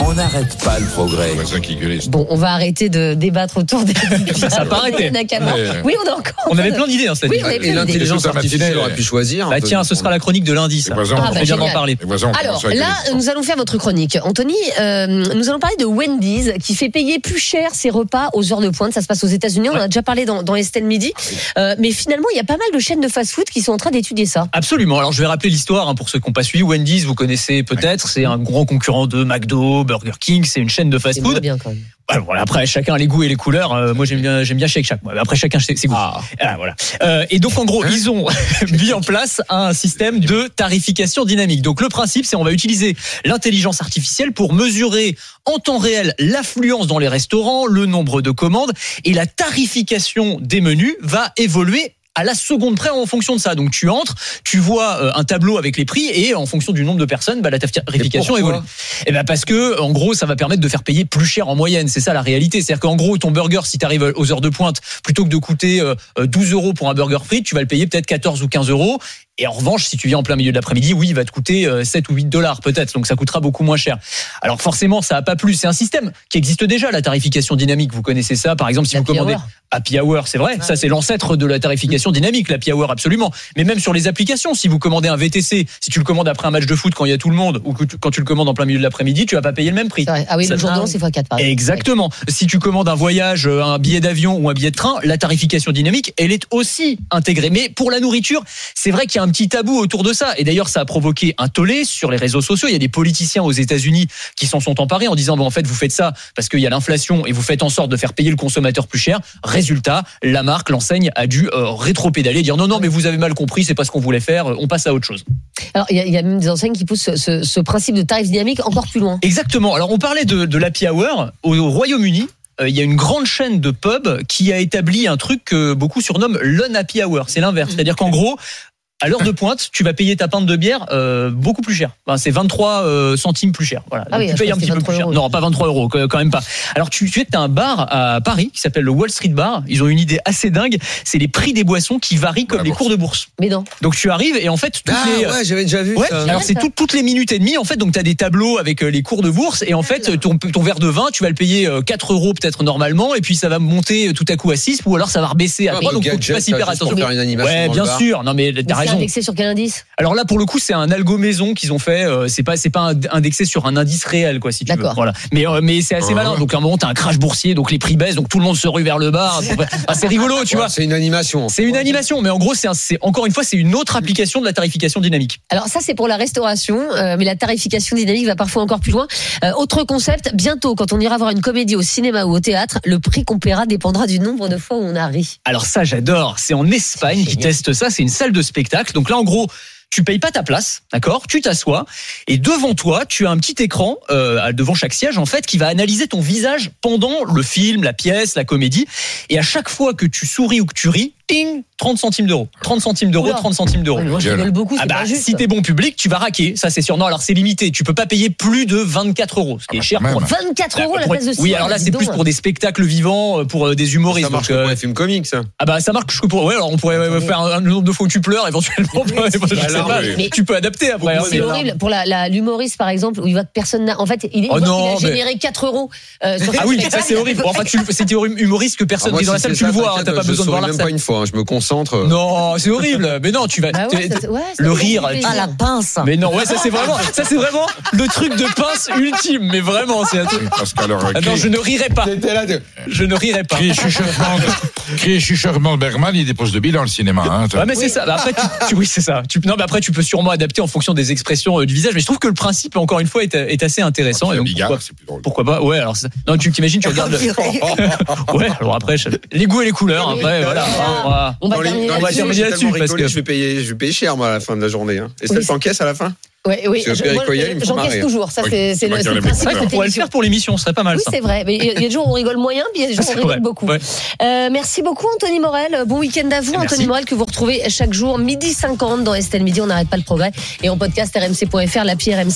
on n'arrête pas le progrès. voisin qui gueulait. Bon, on va arrêter de débattre autour des. Ça a pas arrêté. Nakaman. Ouais. Oui, on a encore. On avait plein d'idées, hein, cette Oui, année. on avait Et plein d'idées. l'intelligence l'intelligence artificielle artificielle aurait pu choisir. un Bah peu. tiens, ce sera la chronique de lundi, Les ça. voisins, Ah, On bah, va bien génial. en parler. les voisins ont Alors commencé à là, gueuler. nous allons faire votre chronique. Anthony, euh, nous allons parler de Wendy's qui fait payer plus cher ses repas aux heures de pointe. Ça se passe aux États-Unis, on en a déjà parlé dans, dans Estelle Midi. Ah Euh, mais finalement, il y a pas mal de chaînes de fast-food qui sont en train d'étudier ça. Absolument. Alors je vais rappeler l'histoire hein, pour ceux qui n'ont pas suivi. Wendy's, vous connaissez peut-être, c'est un grand concurrent de McDo, Burger King, c'est une chaîne de C'est moins fast-food. bien quand même. Alors, voilà, après, chacun a les goûts et les couleurs. Euh, moi, j'aime bien, j'aime bien Shake Shack. moi. Après, chacun ses ses goûts. Ah, voilà. Euh, et donc, en gros, ils ont mis en place un système de tarification dynamique. Donc, le principe, c'est on va utiliser l'intelligence artificielle pour mesurer en temps réel l'affluence dans les restaurants, le nombre de commandes et la tarification des menus va évoluer à la seconde près en fonction de ça. Donc tu entres, tu vois euh, un tableau avec les prix et en fonction du nombre de personnes, bah, la tarification Et pourquoi évolue. Et ben parce que en gros, ça va permettre de faire payer plus cher en moyenne. C'est ça la réalité. C'est-à-dire qu'en gros, ton burger, si tu arrives aux heures de pointe, plutôt que de coûter euh, 12 euros pour un burger frit, tu vas le payer peut-être 14 ou 15 euros. Et en revanche, si tu viens en plein milieu de l'après-midi, oui, il va te coûter euh, 7 ou 8 dollars peut-être. Donc ça coûtera beaucoup moins cher. Alors forcément, ça n'a pas plus. C'est un système qui existe déjà, la tarification dynamique. Vous connaissez ça, par exemple, si vous L'happy commandez hour. Happy Hour, c'est vrai. Ça, c'est l'ancêtre de la tarification dynamique, l'Happy Hour, absolument. Mais même sur les applications, si vous commandez un VTC, si tu le commandes après un match de foot quand il y a tout le monde, ou que tu- quand tu le commandes en plein milieu de l'après-midi, tu vas pas payer le même prix. C'est vrai. Ah oui, Ça- le jour de l'an, c'est x4. par exemple. Exactement. Si tu commandes un voyage, euh, un billet d'avion ou un billet de train, la tarification dynamique, elle est aussi intégrée. Mais pour la nourriture, c'est vrai qu'il y a un petit tabou autour de ça. Et d'ailleurs, ça a provoqué un tollé sur les réseaux sociaux. Il y a des politiciens aux États-Unis qui s'en sont emparés en disant, bon, en fait, vous faites ça parce qu'il y a l'inflation et vous faites en sorte de faire payer le consommateur plus cher. Résultat, la marque, l'enseigne a dû euh, rétro-pédaler, dire non, non, mais vous avez mal compris, c'est pas ce qu'on voulait faire, on passe à autre chose. Alors, il y, a- il y a même des enseignes qui poussent ce, ce- ce principe de tarif dynamique encore plus loin. Exactement. Alors, on parlait de, de l'happy hour au, au Royaume-Uni. euh, Il y a une grande chaîne de pubs qui a établi un truc que beaucoup surnomment l'un-happy hour. C'est l'inverse. C'est-à-dire qu'en gros, à l'heure de pointe, tu vas payer ta pinte de bière euh, beaucoup plus cher. Enfin, c'est 23 euh, centimes plus cher. Voilà. Ah Donc, oui, tu je payes un pensais petit peu 23 plus cher. euros. Non, pas 23 euros, quand quand même pas. Alors, tu, tu es à un bar à Paris qui s'appelle le Wall Street Bar. Ils ont une idée assez dingue. C'est les prix des boissons qui varient comme la les bourse. cours de bourse. Mais non. Donc, tu arrives et en fait, toutes Ah les, ouais, j'avais déjà vu Ouais, euh, ça. alors c'est tout- toutes les minutes et demie en fait, donc tu as des tableaux avec euh, les cours de bourse et en fait ton, ton verre de vin tu vas le payer euh, 4 euros peut-être normalement et puis ça va monter euh, tout à coup à 6 ou alors ça va rebaisser à Comme 3 donc faut que tu Ah, bah, gadget, fasses hyper juste pour attention. faire une animation Ouais dans le bien bar. sûr, non mais Mais t'as C'est raison. indexé sur quel indice Alors là pour le coup c'est un algo maison qu'ils ont fait, euh, c'est pas c'est pas ind- indexé sur un indice réel quoi si tu veux. D'accord. Voilà. Mais euh, mais c'est assez Ah. malin donc à un moment t'as un crash boursier donc les prix baissent donc tout le monde se rue vers le bas. Ah, c'est rigolo tu Ouais, vois. C'est une animation. C'est une animation mais en gros c'est un- c'est encore une fois c'est une autre application de la tarification dynamique. Alors ça c'est pour la restauration, euh, mais la tarification dynamique va parfois encore plus loin. Euh, autre concept, bientôt quand on ira voir une comédie au cinéma ou au théâtre, le prix qu'on paiera dépendra du nombre de fois où on a ri. Alors ça, j'adore. C'est en Espagne qui teste ça. C'est une salle de spectacle. Donc là, en gros, tu payes pas ta place, d'accord Tu t'assois et devant toi, tu as un petit écran euh, devant chaque siège en fait qui va analyser ton visage pendant le film, la pièce, la comédie. Et à chaque fois que tu souris ou que tu ris, ting, 30 centimes d'euros, 30 centimes d'euros, Oula. 30 centimes d'euros. Ouais, mais moi, je gueule. rigole beaucoup, c'est Ah bah, pas juste. si t'es bon public, tu vas raquer, ça c'est sûr. Non, alors c'est limité, tu peux pas payer plus de 24 Ah euros, ce bah, qui est cher quand même. pour 24 euros la place de Oui, cinéma, alors là dis c'est donc. plus pour des spectacles vivants, euh, pour euh, des humoristes. Ça marche donc, comme euh, un film comique, ça. ah bah ça marche que pour ouais alors on pourrait ouais, ouais, faire un, un nombre de fois où tu pleures éventuellement je sais alors, pas. oui. Mais- tu peux adapter après hein, C'est mais- horrible pour la- la- l'humoriste par exemple où il voit que personne n'a. En fait, il, est, Oh il voit non, qu'il a mais- généré 4 euros. euh, sur ah ce oui mais spectacle. ça c'est horrible Bon, enfin tu c'est théorie humoriste que personne Ah, moi, n'est dans la si salle c'est tu le ça, vois hein, t'inquiète, t'as pas je besoin de voir souris la même salle pas une fois, hein, je me concentre. non c'est horrible mais non tu vas Ah ouais, t'es- ça- ouais, ça le fait rire plaisir. ah, la pince. mais non ouais ça c'est vraiment ça c'est vraiment le truc de pince ultime mais vraiment c'est un truc- Parce qu'alors, Ah non je ne rirai pas T'étais là, t'es- je ne rirai pas Crier chuchotement, de- crier chuchotement de Bergman, il dépose le bilan le cinéma. Hein, Ouais, mais c'est ça. Bah, après, tu, tu- oui, c'est ça. Tu, non, mais après, tu peux sûrement adapter en fonction des expressions euh, du visage. Mais je trouve que le principe, encore une fois, est, est assez Ah, intéressant. Et donc, pourquoi- Bigard, c'est plus drôle. Pourquoi pas Ouais, alors ça- non, tu t'imagines, tu regardes. Le... ouais, alors après je- les goûts et les couleurs. Après, voilà. Ah Voilà. on va- On va dans les- terminer dans les on va là-dessus. films, terminer j'ai là-dessus, tellement rigolé, parce que- Je vais payer, je vais payer cher moi à la fin de la journée. Hein. Et ça Oui, c'est- t'encaisse à la fin Ouais, oui, Parce que je- Pierre moi, Coyel, il me fait j'encaisse marrer. toujours. Ça Oui, c'est c'est on va le dire c'est les le mêmes C'est principe vrai de qu'on pourrait le faire pour l'émission, ce serait pas mal Oui, ça. c'est vrai. Mais il y a des jours où on rigole moyen, puis il y a des jours où on C'est rigole vrai, beaucoup. ouais. Euh, merci beaucoup, Anthony Morel. Bon week-end à vous, Et merci. Anthony Morel, que vous retrouvez chaque jour, midi 50 dans Estelle Midi. On n'arrête pas le progrès. Et en podcast rmc.fr, l'appli RMC.